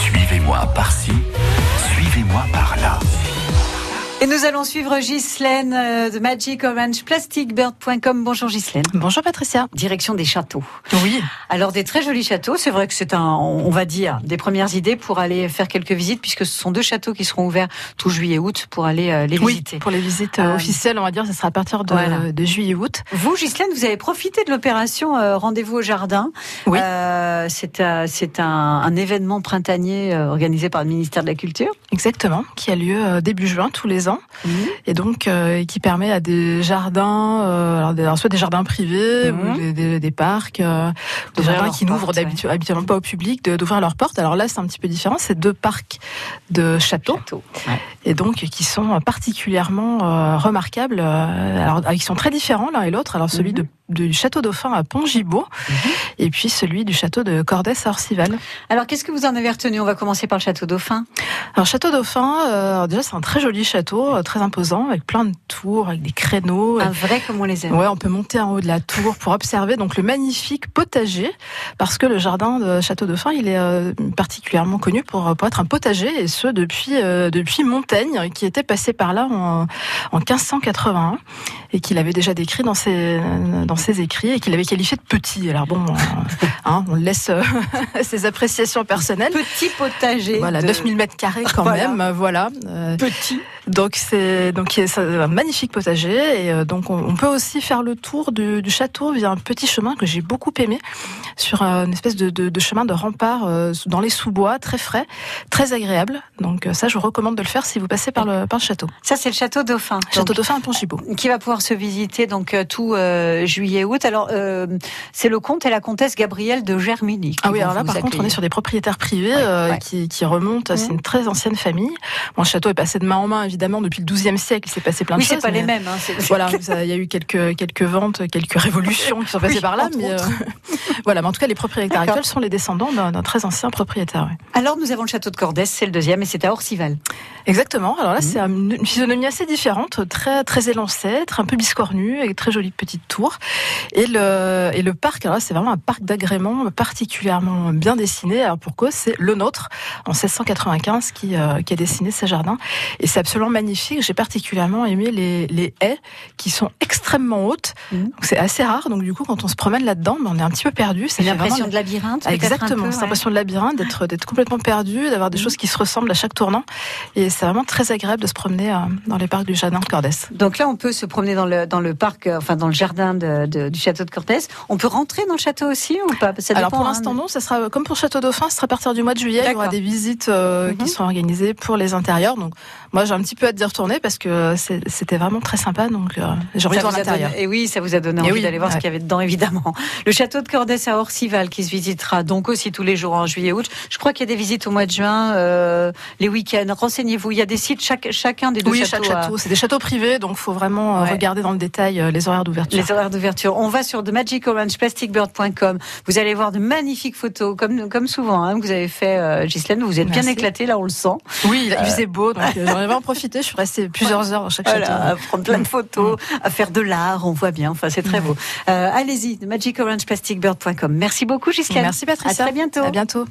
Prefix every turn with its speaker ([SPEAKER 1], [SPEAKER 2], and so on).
[SPEAKER 1] Suivez-moi par-ci, suivez-moi par-là.
[SPEAKER 2] Et nous allons suivre Ghislaine euh, de Magic Orange Plasticbird.com. Bonjour Ghislaine.
[SPEAKER 3] Bonjour Patricia.
[SPEAKER 2] Direction des châteaux.
[SPEAKER 3] Oui.
[SPEAKER 2] Alors des très jolis châteaux, c'est vrai que c'est un, on va dire, des premières idées pour aller faire quelques visites puisque ce sont deux châteaux qui seront ouverts tout juillet-août pour aller euh, les
[SPEAKER 3] Oui,
[SPEAKER 2] visiter.
[SPEAKER 3] pour les visites euh,
[SPEAKER 2] Euh,
[SPEAKER 3] officielles, on va dire, ce sera à partir de,
[SPEAKER 2] Voilà.
[SPEAKER 3] de juillet-août.
[SPEAKER 2] Vous, Ghislaine, vous avez profité de l'opération euh, Rendez-vous au Jardin.
[SPEAKER 3] Oui.
[SPEAKER 2] Euh, c'est euh, c'est un, un événement printanier euh, organisé par le ministère de la Culture.
[SPEAKER 3] Exactement, qui a lieu euh, début juin tous les ans et donc euh, qui permet à des jardins, euh, alors, des- alors soit des jardins privés
[SPEAKER 2] Mhm.
[SPEAKER 3] ou des, des- des parcs, euh, des
[SPEAKER 2] D'ouvrir
[SPEAKER 3] jardins
[SPEAKER 2] leurs
[SPEAKER 3] qui n'ouvrent
[SPEAKER 2] portes, ouais.
[SPEAKER 3] d'habitu- habituellement pas au public, de- d'ouvrir leurs portes. Alors là, c'est un petit peu différent, c'est deux parcs de châteaux
[SPEAKER 2] Château.
[SPEAKER 3] et donc qui sont particulièrement euh, remarquables. euh, alors ah, ils sont très différents l'un et l'autre. Alors celui
[SPEAKER 2] Mhm.
[SPEAKER 3] de- du château dauphin à Pont-Gibaud et puis celui du château de Cordès à Orcival.
[SPEAKER 2] Alors qu'est-ce que vous en avez retenu On va commencer par le château Dauphin.
[SPEAKER 3] Alors Château Dauphin, euh, alors déjà c'est un très joli château, euh, très imposant, avec plein de tours, avec des créneaux.
[SPEAKER 2] Un vrai comme on les aime.
[SPEAKER 3] Ouais, on peut monter en haut de la tour pour observer donc le magnifique potager, parce que le jardin de Château Dauphin, il est euh, particulièrement connu pour, pour être un potager, et ce depuis euh, depuis Montaigne, qui était passé par là en, en 1581 et qu'il avait déjà décrit dans ses euh, dans ses écrits et qu'il avait qualifié de petit. Alors bon, euh, hein, on laisse euh, ses appréciations personnelles.
[SPEAKER 2] Petit potager.
[SPEAKER 3] Voilà,
[SPEAKER 2] de-
[SPEAKER 3] 9000 mètres carrés quand
[SPEAKER 2] Voilà.
[SPEAKER 3] même, euh, voilà. Euh,
[SPEAKER 2] Petit.
[SPEAKER 3] donc c'est donc c'est un magnifique potager et euh, donc on, on peut aussi faire le tour du, du château via un petit chemin que j'ai beaucoup aimé sur euh, une espèce de, de- de chemin de rempart euh, dans les sous-bois très frais, très agréable. Donc euh, ça je vous recommande de le faire si vous passez par le par le château.
[SPEAKER 2] Ça, c'est le château Dauphin.
[SPEAKER 3] Château
[SPEAKER 2] Donc,
[SPEAKER 3] Dauphin à Pont-Gibaud.
[SPEAKER 2] Qui va pouvoir se visiter donc euh, tout euh, juillet-août. Alors, euh, c'est le comte et la comtesse Gabrielle de Germigny. qui
[SPEAKER 3] Ah oui,
[SPEAKER 2] vont
[SPEAKER 3] alors là,
[SPEAKER 2] vous
[SPEAKER 3] par contre, on est
[SPEAKER 2] accueillir.
[SPEAKER 3] sur des propriétaires privés euh,
[SPEAKER 2] ouais. Mm.
[SPEAKER 3] Qui, qui remontent. hein, C'est une très ancienne famille. Bon, le château est passé de main en main, évidemment, depuis le XIIe siècle. Il s'est passé plein
[SPEAKER 2] Oui,
[SPEAKER 3] de
[SPEAKER 2] c'est
[SPEAKER 3] choses.
[SPEAKER 2] pas les
[SPEAKER 3] mais-
[SPEAKER 2] mêmes. hein, c'est-
[SPEAKER 3] Voilà, ça- il y a eu quelques, quelques ventes, quelques révolutions qui sont passées
[SPEAKER 2] Oui,
[SPEAKER 3] par là,
[SPEAKER 2] entre
[SPEAKER 3] mais euh, voilà. Mais en tout cas, les propriétaires
[SPEAKER 2] D'accord.
[SPEAKER 3] actuels sont les descendants d'un d'un très ancien propriétaire. ouais.
[SPEAKER 2] Alors, nous avons le château de Cordès, c'est le deuxième, et c'est à Orcival.
[SPEAKER 3] Exactement. Alors là,
[SPEAKER 2] Mhm.
[SPEAKER 3] c'est une une physionomie assez différente, très très élancée, très un peu biscornue, avec très jolie petite tour. Et le et le parc, alors là, c'est vraiment un parc d'agrément particulièrement bien dessiné. Alors pour cause, c'est le nôtre en 1695 qui euh, qui a dessiné ces jardins. Et c'est absolument magnifique. J'ai particulièrement aimé les les haies qui sont extrêmement hautes.
[SPEAKER 2] Mhm.
[SPEAKER 3] Donc c'est assez rare. Donc du coup, quand on se promène là-dedans, ben, on est un petit peu perdu. Ça
[SPEAKER 2] C'est
[SPEAKER 3] fait
[SPEAKER 2] l'impression
[SPEAKER 3] vraiment-
[SPEAKER 2] de labyrinthe. peut-être un
[SPEAKER 3] Exactement,
[SPEAKER 2] peu,
[SPEAKER 3] cette
[SPEAKER 2] ouais.
[SPEAKER 3] impression de labyrinthe, d'être d'être complètement perdu, d'avoir des
[SPEAKER 2] Mhm.
[SPEAKER 3] choses qui se ressemblent à chaque tournant. Et c'est vraiment très agréable de se promener euh, dans les parcs du jardin de Cordès.
[SPEAKER 2] Donc là, on peut se promener dans le, dans le parc, euh, enfin dans le jardin de- de- du château de Cordès. On peut rentrer dans le château aussi ou pas Ça
[SPEAKER 3] Alors
[SPEAKER 2] dépend,
[SPEAKER 3] pour
[SPEAKER 2] hein,
[SPEAKER 3] l'instant
[SPEAKER 2] mais-
[SPEAKER 3] non, ça sera euh, comme pour Château Dauphin, ce sera à partir du mois de juillet, il y aura
[SPEAKER 2] D'accord.
[SPEAKER 3] des visites euh,
[SPEAKER 2] Mhm.
[SPEAKER 3] qui seront organisées pour les intérieurs. Donc moi j'ai un petit peu hâte d'y retourner parce que c'est- c'était vraiment très sympa, donc euh, j'ai envie de
[SPEAKER 2] Ça
[SPEAKER 3] voir
[SPEAKER 2] vous a donné-
[SPEAKER 3] l'intérieur.
[SPEAKER 2] Et oui, ça vous a donné
[SPEAKER 3] Eh
[SPEAKER 2] envie
[SPEAKER 3] oui,
[SPEAKER 2] d'aller voir ce
[SPEAKER 3] ouais.
[SPEAKER 2] qu'il y avait dedans, évidemment. Le château de Cordès à Orcival qui se visitera donc aussi tous les jours en juillet-août. Je crois qu'il y a des visites au mois de juin, euh, les week-ends. Renseignez-vous, il y a des sites, chaque, chacun des deux
[SPEAKER 3] Oui,
[SPEAKER 2] châteaux.
[SPEAKER 3] chaque
[SPEAKER 2] a-
[SPEAKER 3] château, c'est des châteaux privés, donc faut vraiment euh,
[SPEAKER 2] Ouais.
[SPEAKER 3] regarder dans le détail euh, les horaires d'ouverture.
[SPEAKER 2] Les horaires d'ouverture. On va sur themagicorangeplasticbird.com. Vous allez voir de magnifiques photos, comme, comme souvent, hein, que vous avez fait, euh, Gislaine. Vous vous êtes bien
[SPEAKER 3] Merci.
[SPEAKER 2] éclaté, là, on le sent.
[SPEAKER 3] Oui, il il faisait beau, donc euh, j'en ai vraiment profité. Je suis restée plusieurs heures dans chaque
[SPEAKER 2] Voilà,
[SPEAKER 3] château.
[SPEAKER 2] à prendre plein de photos, à faire de l'art, on voit bien. Enfin, c'est très
[SPEAKER 3] Mm.
[SPEAKER 2] beau. Euh, Allez-y, themagicorangeplasticbird.com. Merci beaucoup, Gislaine.
[SPEAKER 3] Merci Patricia.
[SPEAKER 2] À très bientôt.
[SPEAKER 3] À bientôt.